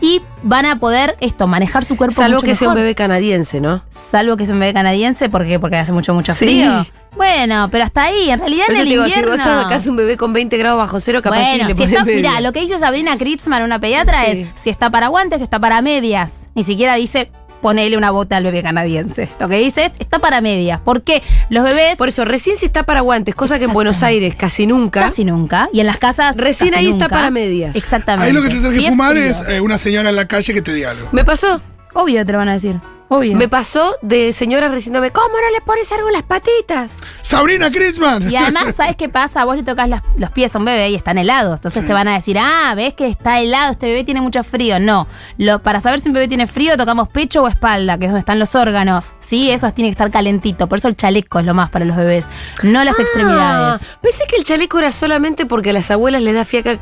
Speaker 3: Y van a poder esto, manejar su cuerpo
Speaker 2: Salvo
Speaker 3: mucho
Speaker 2: que sea un
Speaker 3: mejor.
Speaker 2: bebé canadiense, ¿no?
Speaker 3: Salvo que es un bebé canadiense, ¿por qué? Porque hace mucho, mucho
Speaker 2: Sí.
Speaker 3: frío. Bueno, pero hasta ahí, en realidad
Speaker 2: Por
Speaker 3: en
Speaker 2: eso
Speaker 3: el
Speaker 2: te digo, si
Speaker 3: invierno...
Speaker 2: vos sacás un bebé con 20 grados bajo cero, capaz sí
Speaker 3: bueno,
Speaker 2: le
Speaker 3: si
Speaker 2: ponés
Speaker 3: está,
Speaker 2: medio.
Speaker 3: mirá, lo que dice Sabrina Kritzman, una pediatra,
Speaker 2: Sí.
Speaker 3: es si está para guantes, está para medias. Ni siquiera dice ponele una bota al bebé canadiense. Lo que dice es está para medias. Porque los bebés
Speaker 2: Por eso, recién se está para guantes, cosa que en
Speaker 3: Exactamente.
Speaker 2: Buenos Aires casi nunca.
Speaker 3: casi nunca, y en las casas
Speaker 2: Recién
Speaker 3: casi
Speaker 2: ahí está
Speaker 3: nunca.
Speaker 2: para medias.
Speaker 3: Exactamente.
Speaker 4: Ahí lo que te tenés
Speaker 3: Y
Speaker 4: que fumar
Speaker 3: frío.
Speaker 4: es eh, una señora en la calle que te diga algo.
Speaker 2: Me pasó,
Speaker 3: Obvio que te lo van a decir. Obvio.
Speaker 2: me pasó de señora diciéndome, ¿cómo no le pones algo en las patitas?
Speaker 4: ¡Sabrina Kritzman!
Speaker 3: Y además, ¿sabes qué pasa? Vos le tocas las- los pies a un bebé y están helados. Entonces te van a decir, ah, ves que está helado, este bebé tiene mucho frío. No. Lo- para saber si un bebé tiene frío, tocamos pecho o espalda, que es donde están los órganos. Sí, esos tienen que estar calentito. Por eso el chaleco es lo más para los bebés, no las
Speaker 2: Ah,
Speaker 3: extremidades.
Speaker 2: Pensé que el chaleco era solamente porque a las abuelas les da fiaca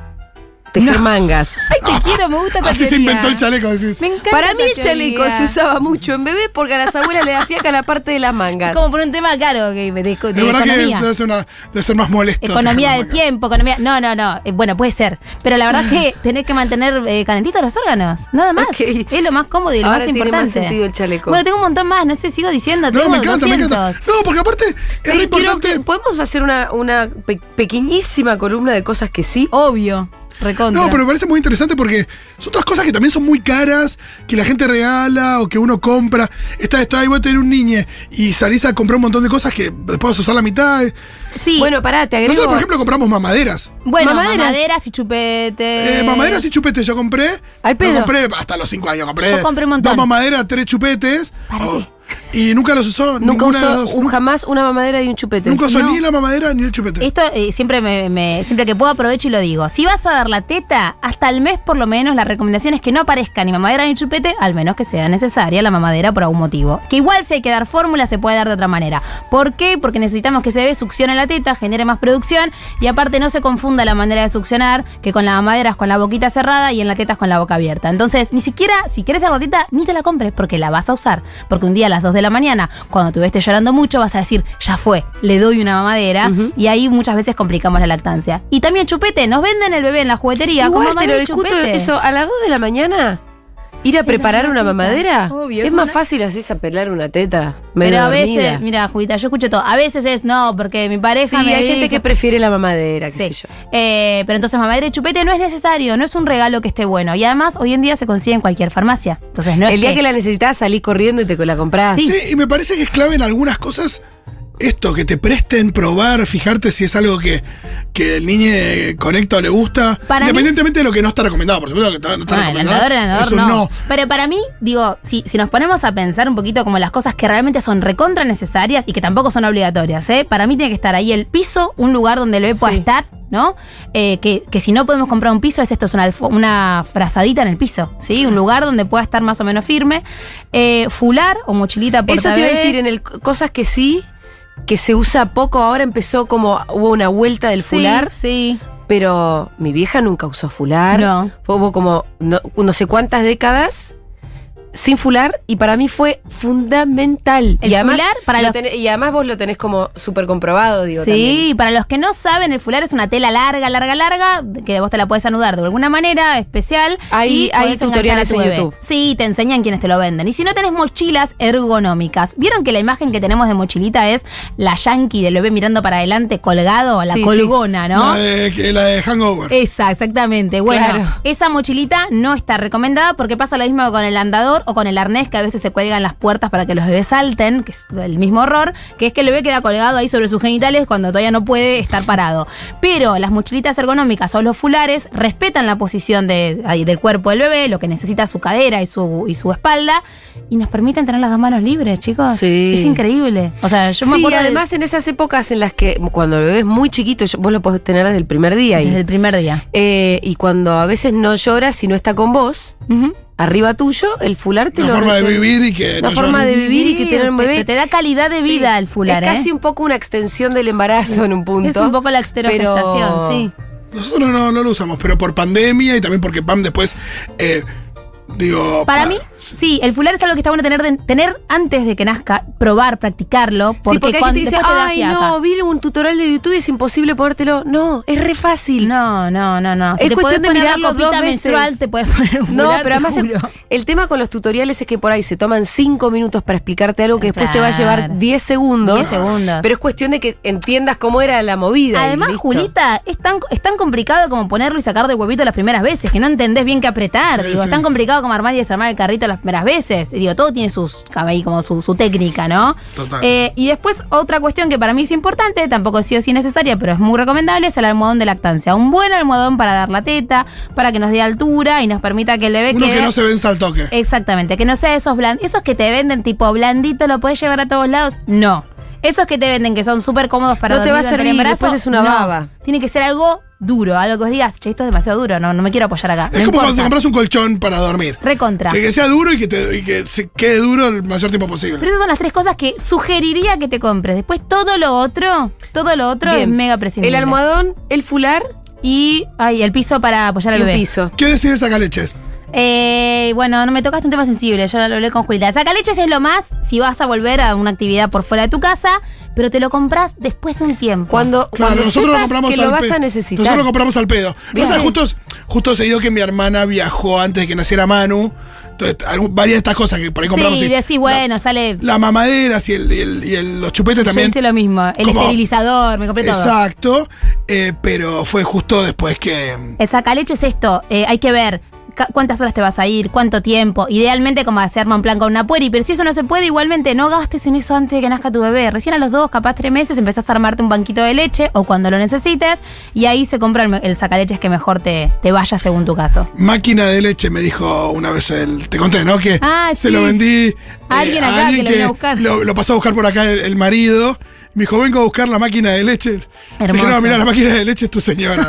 Speaker 2: tejer mangas.
Speaker 3: Ay, te quiero, me gusta esta
Speaker 4: Así se
Speaker 3: teoría.
Speaker 4: inventó el chaleco, decís.
Speaker 3: Me encanta
Speaker 2: Para mí
Speaker 3: esa
Speaker 2: el chaleco
Speaker 3: teoría.
Speaker 2: se usaba mucho en bebé porque a las abuelas le da fiaca la parte de las mangas.
Speaker 3: Como por un tema caro de, de- de
Speaker 4: Es verdad que
Speaker 3: economía.
Speaker 4: debe ser, una- debe ser más molesto.
Speaker 3: Economía de
Speaker 4: tejer mangas.
Speaker 3: tiempo, economía. No, no, no. Eh, Bueno, puede ser. Pero la verdad es que tenés que mantener eh, calentitos los órganos. Nada más.
Speaker 2: Ok.
Speaker 3: Es lo más cómodo y lo
Speaker 2: Ahora
Speaker 3: más
Speaker 2: tiene
Speaker 3: importante.
Speaker 2: más sentido el chaleco.
Speaker 3: Bueno, tengo un montón más. No sé, sigo diciendo.
Speaker 4: No,
Speaker 3: tengo
Speaker 4: me encanta, me encanta.
Speaker 3: 200.
Speaker 4: No, porque aparte es re
Speaker 2: Pero quiero
Speaker 4: importante.
Speaker 2: que- Podemos hacer una, una pe- pequeñísima columna de cosas que sí.
Speaker 3: Obvio. Recontra.
Speaker 4: No, pero me parece muy interesante porque son todas cosas que también son muy caras, que la gente regala o que uno compra. Está esto, ahí voy a tener un niño y salís a comprar un montón de cosas que después vas a usar la mitad.
Speaker 3: Sí.
Speaker 2: Bueno, pará, te agrego.
Speaker 4: Nosotros, por ejemplo, compramos mamaderas.
Speaker 3: bueno,
Speaker 2: mamaderas.
Speaker 3: mamaderas. y chupetes.
Speaker 4: Eh, mamaderas y chupetes yo compré.
Speaker 2: Al pedo.
Speaker 4: Yo compré hasta los 5 años. Compré
Speaker 3: Yo compré un montón.
Speaker 4: Dos mamaderas, tres chupetes.
Speaker 3: ¿Para
Speaker 4: o-
Speaker 3: qué?
Speaker 4: y nunca los usó.
Speaker 2: Nunca
Speaker 4: ninguna de las
Speaker 2: usó
Speaker 4: dos.
Speaker 2: un-
Speaker 4: Nu-
Speaker 2: jamás una mamadera y un chupete.
Speaker 4: Nunca usó
Speaker 3: No.
Speaker 4: ni la mamadera ni el chupete.
Speaker 3: Esto eh, siempre me, me- siempre que puedo aprovecho y lo digo. Si vas a dar la teta, hasta el mes por lo menos la recomendación es que no aparezca ni mamadera ni chupete, al menos que sea necesaria la mamadera por algún motivo. Que igual si hay que dar fórmula se puede dar de otra manera. ¿Por qué? Porque necesitamos que se ve succione la teta, genere más producción y aparte no se confunda la manera de succionar, que con la mamadera es con la boquita cerrada y en la teta es con la boca abierta. Entonces, ni siquiera si quieres dar la teta, ni te la compres porque la vas a usar. Porque un día a las 2 de la mañana, cuando tú estés llorando mucho, vas a decir, ya fue, le doy una mamadera
Speaker 2: Ujú.
Speaker 3: y ahí muchas veces complicamos la lactancia. Y también chupete, nos venden el bebé en la juguetería
Speaker 2: Igual
Speaker 3: como
Speaker 2: te
Speaker 3: mamá
Speaker 2: lo
Speaker 3: de
Speaker 2: discuto
Speaker 3: chupete.
Speaker 2: eso. A las 2 de la mañana, ir a preparar una
Speaker 3: ratita.
Speaker 2: mamadera.
Speaker 3: Obvio,
Speaker 2: es
Speaker 3: es
Speaker 2: más
Speaker 3: una-
Speaker 2: fácil así es apelar una teta. medio
Speaker 3: Pero a
Speaker 2: dormida.
Speaker 3: veces, mira, Julita, yo escucho todo. A veces es no, porque mi
Speaker 2: Sí,
Speaker 3: pareja me
Speaker 2: hay gente
Speaker 3: dijo-
Speaker 2: que prefiere la mamadera, qué
Speaker 3: Sí.
Speaker 2: sé yo.
Speaker 3: Eh, pero entonces mamadera y chupete no es necesario, no es un regalo que esté bueno. Y además hoy en día se consigue en cualquier farmacia. Entonces no es
Speaker 2: El día que
Speaker 3: que
Speaker 2: la necesitas salís corriendo y te la comprás.
Speaker 4: Sí, y me parece que es clave en algunas cosas esto, que te presten, probar, fijarte si es algo que, que el niño eh, conecta o le gusta.
Speaker 3: Para
Speaker 4: independientemente de lo que no está recomendado, por supuesto que está- no está
Speaker 3: Ah, el
Speaker 4: recomendado.
Speaker 3: andador, el andador,
Speaker 4: es un
Speaker 3: no.
Speaker 4: no.
Speaker 3: Pero para mí, digo, si, si nos ponemos a pensar un poquito como las cosas que realmente son recontra necesarias y que tampoco son obligatorias, ¿eh? Para mí tiene que estar ahí el piso, un lugar donde el bebé pueda
Speaker 2: Sí.
Speaker 3: estar, ¿no? Eh, que, que si no podemos comprar un piso, es esto, es una, alfo- una frazadita en el piso, ¿sí? Un lugar donde pueda estar más o menos firme. Eh, fular o mochilita por
Speaker 2: Eso te iba a decir, en el cosas que sí, que se usa poco, ahora empezó como hubo una vuelta del fular,
Speaker 3: Sí.
Speaker 2: pero mi vieja nunca usó fular.
Speaker 3: No.
Speaker 2: Fue- Hubo como no, no sé cuántas décadas sin fular y para mí fue fundamental.
Speaker 3: El
Speaker 2: y además,
Speaker 3: fular para
Speaker 2: lo
Speaker 3: los-
Speaker 2: tenés- y además vos lo tenés como súper comprobado, digo.
Speaker 3: sí,
Speaker 2: también.
Speaker 3: para los que no saben, el fular es una tela larga, larga, larga, que vos te la puedes anudar de alguna manera especial.
Speaker 2: Hay-
Speaker 3: y
Speaker 2: hay
Speaker 3: podés enganchar
Speaker 2: tutoriales
Speaker 3: a tu
Speaker 2: en
Speaker 3: bebé.
Speaker 2: YouTube.
Speaker 3: Sí, te enseñan quienes te lo venden. Y si no tenés mochilas ergonómicas, ¿vieron que la imagen que tenemos de mochilita es la yankee del bebé mirando para adelante colgado, la
Speaker 2: Sí, sí.
Speaker 3: colgona, ¿no? Eh,
Speaker 4: La, de, que- la de Hangover.
Speaker 3: Esa, exactamente. Bueno,
Speaker 2: Claro.
Speaker 3: esa mochilita no está recomendada porque pasa lo mismo con el andador o con el arnés que a veces se cuelgan las puertas para que los bebés salten, que es el mismo horror, que es que el bebé queda colgado ahí sobre sus genitales cuando todavía no puede estar parado. Pero las mochilitas ergonómicas o los fulares respetan la posición de- ahí del cuerpo del bebé, lo que necesita su cadera y su, y su espalda, y nos permiten tener las dos manos libres, chicos.
Speaker 2: Sí.
Speaker 3: Es increíble. O sea, yo me
Speaker 2: Sí,
Speaker 3: acuerdo de-
Speaker 2: además en esas épocas en las que cuando el bebé es muy chiquito, yo- vos lo podés tener desde el primer día.
Speaker 3: desde
Speaker 2: Y,
Speaker 3: el primer día.
Speaker 2: eh, y cuando a veces no llora si no está con vos,
Speaker 3: Ujú.
Speaker 2: arriba tuyo, el fular te
Speaker 4: Una
Speaker 2: lo
Speaker 4: forma de
Speaker 2: te-
Speaker 4: vivir y que
Speaker 2: Una
Speaker 4: no
Speaker 2: forma
Speaker 4: llore.
Speaker 2: de vivir y que tener un
Speaker 3: Te-
Speaker 2: bebé.
Speaker 3: Te, da calidad de
Speaker 2: Sí,
Speaker 3: vida el fular.
Speaker 2: Es casi
Speaker 3: ¿eh?
Speaker 2: un poco una extensión del embarazo en un punto.
Speaker 3: Es un poco la exterogestación,
Speaker 2: pero-
Speaker 3: sí.
Speaker 4: Nosotros no, no lo usamos, pero por pandemia y también porque Pam después, eh, digo...
Speaker 3: Para
Speaker 4: ah,
Speaker 3: mí, sí, el fular es algo que está bueno tener, de- tener antes de que nazca, probar, practicarlo, porque,
Speaker 2: Sí, porque hay gente
Speaker 3: cuando
Speaker 2: que dice,
Speaker 3: después te da
Speaker 2: ay,
Speaker 3: fiaca".
Speaker 2: no, vi un tutorial de YouTube y es imposible ponértelo. No, es re fácil.
Speaker 3: no, no, no, no. Si
Speaker 2: Es
Speaker 3: te
Speaker 2: cuestión
Speaker 3: podés
Speaker 2: de
Speaker 3: poner la
Speaker 2: mirarlo dos
Speaker 3: copita
Speaker 2: veces.
Speaker 3: menstrual, te puedes poner un fular.
Speaker 2: No,
Speaker 3: te
Speaker 2: pero además el,
Speaker 3: juro.
Speaker 2: el tema con los tutoriales es que por ahí se toman cinco minutos para explicarte algo que después te va a
Speaker 3: Claro.
Speaker 2: llevar 10 segundos.
Speaker 3: 10 segundos.
Speaker 2: Pero es cuestión de que entiendas cómo era la movida. y
Speaker 3: Además,
Speaker 2: listo.
Speaker 3: Julita, es tan, es tan complicado como ponerlo y sacar del huevito las primeras veces, que no entendés bien qué apretar.
Speaker 4: Sí,
Speaker 3: digo,
Speaker 4: sí.
Speaker 3: es tan complicado como armar y desarmar el carrito las primeras veces. Digo, todo tiene sus, ahí como su, su técnica, ¿no?
Speaker 4: Total.
Speaker 3: Eh, y después, otra cuestión que para mí es importante, tampoco sí o sí necesaria, pero es muy recomendable, es el almohadón de lactancia. Un buen almohadón para dar la teta, para que nos dé altura y nos permita que Eh, el bebé
Speaker 4: Uno
Speaker 3: quede-
Speaker 4: que no se vence al toque.
Speaker 3: Exactamente, que no sea esos blanditos, esos que te venden tipo blandito, lo puedes llevar a todos lados, no. Esos que te venden que son súper cómodos para
Speaker 2: No te va a
Speaker 3: dormir durante el
Speaker 2: servir,
Speaker 3: embarazo,
Speaker 2: después es una
Speaker 3: no.
Speaker 2: baba.
Speaker 3: Tiene que ser algo duro, algo que os digas, che, esto es demasiado duro, no, no me quiero apoyar acá.
Speaker 4: es
Speaker 3: no
Speaker 4: como cuando
Speaker 3: importa.
Speaker 4: te compras un colchón para dormir.
Speaker 3: Recontra.
Speaker 4: Que sea duro y que, te, y que se quede duro el mayor tiempo posible.
Speaker 3: Pero esas son las tres cosas que sugeriría que te compres. Después todo lo otro, todo lo otro
Speaker 2: Bien.
Speaker 3: es mega prescindible.
Speaker 2: El almohadón, el fular
Speaker 3: y ay, el piso para apoyar al
Speaker 2: Y un
Speaker 3: bebé.
Speaker 2: piso.
Speaker 4: ¿Qué decide Sacaleches?
Speaker 3: Eh, bueno, no me tocaste un tema sensible, yo lo hablé con Julieta. Sacaleches es lo más si vas a volver a una actividad por fuera de tu casa, pero te lo compras después de un tiempo.
Speaker 2: Cuando,
Speaker 4: Claro,
Speaker 2: cuando
Speaker 4: nosotros lo
Speaker 2: sepas
Speaker 4: compramos
Speaker 2: que
Speaker 4: al
Speaker 2: lo vas
Speaker 4: pe-
Speaker 2: a necesitar.
Speaker 4: Nosotros lo compramos al pedo.
Speaker 2: Bien.
Speaker 4: Pasa justo, justo se dio que mi hermana viajó antes de que naciera Manu. Entonces, algún- varias de estas cosas que por ahí compramos.
Speaker 3: sí,
Speaker 4: y
Speaker 3: decís, bueno, sale.
Speaker 4: La mamadera y, el, y, el- y el- los chupetes
Speaker 3: Yo
Speaker 4: también.
Speaker 3: hice lo mismo. El
Speaker 4: como-
Speaker 3: esterilizador, me compré todo.
Speaker 4: Exacto. eh, pero fue justo después que.
Speaker 3: El sacaleche es esto, eh, hay que ver ca- cuántas horas te vas a ir, cuánto tiempo, idealmente como se arma un plan con una pueri, pero si eso no se puede, igualmente no gastes en eso antes de que nazca tu bebé. Recién a los dos, capaz tres meses, empezás a armarte un banquito de leche o cuando lo necesites y ahí se compra el, me- el sacaleches que mejor te, te vaya según tu caso.
Speaker 4: Máquina de leche me dijo una vez el. Te conté, ¿no? Que
Speaker 3: Ah,
Speaker 4: se
Speaker 3: sí.
Speaker 4: lo vendí. eh,
Speaker 3: A alguien acá que lo vino a buscar.
Speaker 4: Lo, lo pasó a buscar por acá el, el marido. Me dijo, vengo a buscar la máquina de leche. Le
Speaker 3: Hermoso.
Speaker 4: Dije, no, mira, la máquina de leche es tu señora.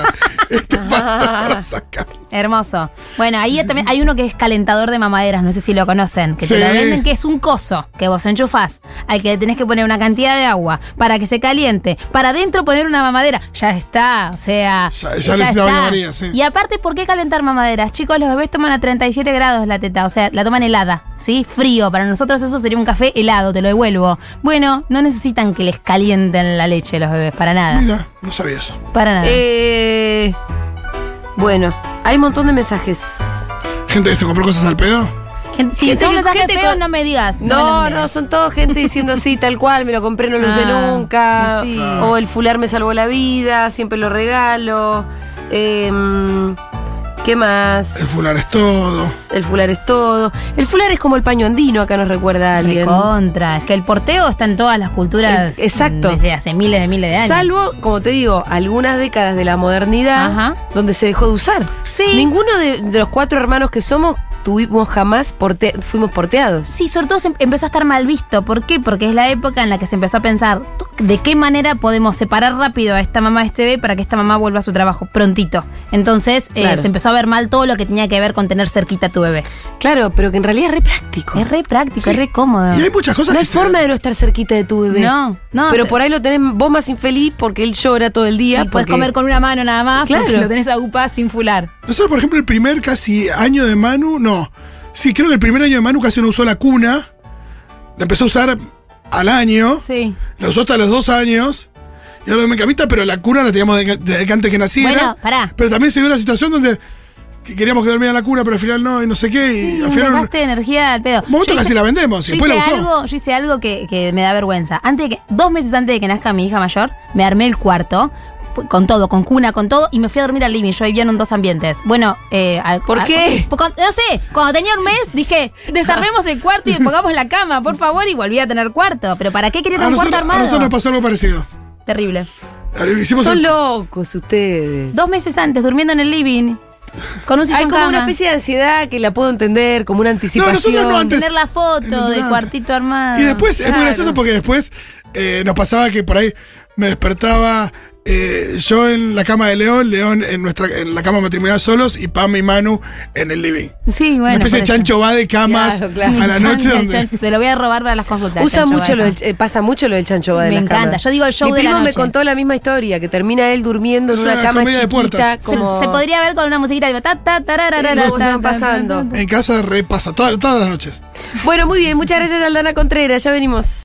Speaker 4: este pastor saca.
Speaker 3: Hermoso. Bueno, ahí también hay uno que es calentador de mamaderas, no sé si lo conocen, que te
Speaker 4: Sí.
Speaker 3: lo venden, que es un coso que vos enchufás, al que le tenés que poner una cantidad de agua para que se caliente, para adentro poner una mamadera. Ya está, o sea.
Speaker 4: Ya- ya le hiciste la barbaridad, sí.
Speaker 3: Y aparte, ¿por qué calentar mamaderas? Chicos, los bebés toman a 37 grados la teta, o sea, la toman helada, ¿sí? Frío. Para nosotros eso sería un café helado, te lo devuelvo. Bueno, no necesitan que les calienten la leche los bebés, para nada.
Speaker 4: Mira, no sabía eso.
Speaker 3: Para nada.
Speaker 2: Eh, bueno, hay un montón de mensajes.
Speaker 4: Gente que se compró cosas al pedo.
Speaker 3: Gente- si
Speaker 2: gente
Speaker 3: son
Speaker 2: que-
Speaker 3: mensajes
Speaker 2: gente
Speaker 3: feos,
Speaker 2: con-
Speaker 3: no me digas.
Speaker 2: No,
Speaker 3: me los
Speaker 2: no,
Speaker 3: digas.
Speaker 2: son todo gente diciendo sí, tal cual, me lo compré, no lo usé
Speaker 3: Ah,
Speaker 2: nunca.
Speaker 3: sí.
Speaker 2: O el fular me salvó la vida, siempre lo regalo. Em, ¿Qué más?
Speaker 4: El fular es todo.
Speaker 2: El fular es todo. El fular es como el paño andino, acá nos recuerda a alguien.
Speaker 3: Recontra. Es que el porteo está en todas las culturas.
Speaker 2: El- exacto.
Speaker 3: Desde hace miles de miles de años.
Speaker 2: Salvo, como te digo, algunas décadas de la modernidad
Speaker 3: Ajá.
Speaker 2: donde se dejó de usar.
Speaker 3: Sí.
Speaker 2: Ninguno de, de los cuatro hermanos que somos tuvimos jamás porte- fuimos porteados.
Speaker 3: Sí, sobre todo se em- empezó a estar mal visto. ¿Por qué? Porque es la época en la que se empezó a pensar ¿tú- de qué manera podemos separar rápido a esta mamá de este bebé para que esta mamá vuelva a su trabajo prontito. Entonces eh,
Speaker 2: Claro.
Speaker 3: se empezó a ver mal todo lo que tenía que ver con tener cerquita a tu bebé.
Speaker 2: Claro, pero que en realidad es re práctico.
Speaker 3: Es re práctico,
Speaker 4: Sí.
Speaker 3: es re cómodo.
Speaker 4: Y hay muchas cosas
Speaker 2: No
Speaker 4: que
Speaker 2: hay
Speaker 4: se-
Speaker 2: forma de no estar cerquita de tu bebé.
Speaker 3: No, no.
Speaker 2: pero
Speaker 3: se-
Speaker 2: por ahí lo tenés vos más infeliz porque él llora todo el día.
Speaker 3: y puedes
Speaker 2: porque-
Speaker 3: comer con una mano nada más,
Speaker 2: Claro.
Speaker 3: porque lo tenés agupado sin fular.
Speaker 4: Nosotros, por ejemplo, el primer casi año de Manu, no. Sí, creo que el primer año de Manu casi no usó la cuna. La empezó a usar al año.
Speaker 3: Sí.
Speaker 4: La usó hasta los dos años. Y ahora me camita, pero la cuna la teníamos de- desde que antes que naciera.
Speaker 3: Bueno, pará.
Speaker 4: Pero también se dio una situación donde que queríamos que dormiera en la cuna, pero al final no, y no sé qué. Y al
Speaker 3: Un
Speaker 4: final.
Speaker 3: desgaste de energía al pedo.
Speaker 4: Un momento
Speaker 3: Yo
Speaker 4: casi
Speaker 3: hice-
Speaker 4: la vendemos y
Speaker 3: Yo
Speaker 4: después la
Speaker 3: hice,
Speaker 4: usó.
Speaker 3: algo, yo hice algo que, que me da vergüenza. Antes de que, dos meses antes de que nazca mi hija mayor, me armé el cuarto, pu- con todo, con cuna, con todo, y me fui a dormir al living. Yo vivía en un dos ambientes. Bueno, eh, al-
Speaker 2: ¿Por
Speaker 3: al-
Speaker 2: qué?
Speaker 3: por- con- no sé, cuando tenía un mes dije, desarmemos el cuarto y pongamos la cama, por favor, y volví a tener cuarto. Pero ¿para qué quería
Speaker 4: A
Speaker 3: tener un
Speaker 4: nosotros,
Speaker 3: cuarto
Speaker 4: a nosotros
Speaker 3: armado?
Speaker 4: nos pasó algo parecido.
Speaker 3: Terrible.
Speaker 4: Hicimos
Speaker 2: Son
Speaker 4: el-
Speaker 2: locos ustedes.
Speaker 3: Dos meses antes, durmiendo en el living, con un sillón
Speaker 2: Hay como
Speaker 3: cama,
Speaker 2: una especie de ansiedad que la puedo entender, como una anticipación.
Speaker 4: nosotros no, antes-
Speaker 3: tener la
Speaker 4: en el
Speaker 3: foto del
Speaker 4: durante.
Speaker 3: cuartito armado.
Speaker 4: Y después es
Speaker 2: Claro.
Speaker 4: muy gracioso porque después eh, nos pasaba que por ahí me despertaba eh, yo en la cama de León, León en nuestra en la cama matrimonial solos y Pam y Manu en el living.
Speaker 3: Sí, bueno.
Speaker 4: Una
Speaker 3: por
Speaker 4: especie de
Speaker 3: eso.
Speaker 4: chancho va de camas
Speaker 2: Claro, claro.
Speaker 4: a la
Speaker 3: Me
Speaker 4: noche
Speaker 3: encanta Ah, el
Speaker 4: donde
Speaker 3: chancho. Te lo voy a robar a las consultas.
Speaker 2: Usa
Speaker 3: chancho,
Speaker 2: mucho
Speaker 3: vale.
Speaker 2: lo del- eh, pasa mucho lo del chancho va de
Speaker 3: Me
Speaker 2: las
Speaker 3: encanta,
Speaker 2: camas.
Speaker 3: yo digo el show
Speaker 2: Mi
Speaker 3: de la
Speaker 2: primo
Speaker 3: noche.
Speaker 2: me contó la misma historia, que termina él durmiendo en
Speaker 4: Es
Speaker 2: una,
Speaker 4: una
Speaker 2: cama
Speaker 4: comedia de
Speaker 2: chiquita,
Speaker 4: puertas.
Speaker 3: Se,
Speaker 2: como
Speaker 3: se podría ver con una musiquita tipo, ta, ta, tarara,
Speaker 2: Y cómo se
Speaker 3: ta,
Speaker 2: van
Speaker 3: ta,
Speaker 2: pasando.
Speaker 3: ta, ta, ta.
Speaker 4: en casa repasa todas, todas las noches.
Speaker 2: Bueno, muy bien, muchas gracias Aldana Contreras, ya venimos.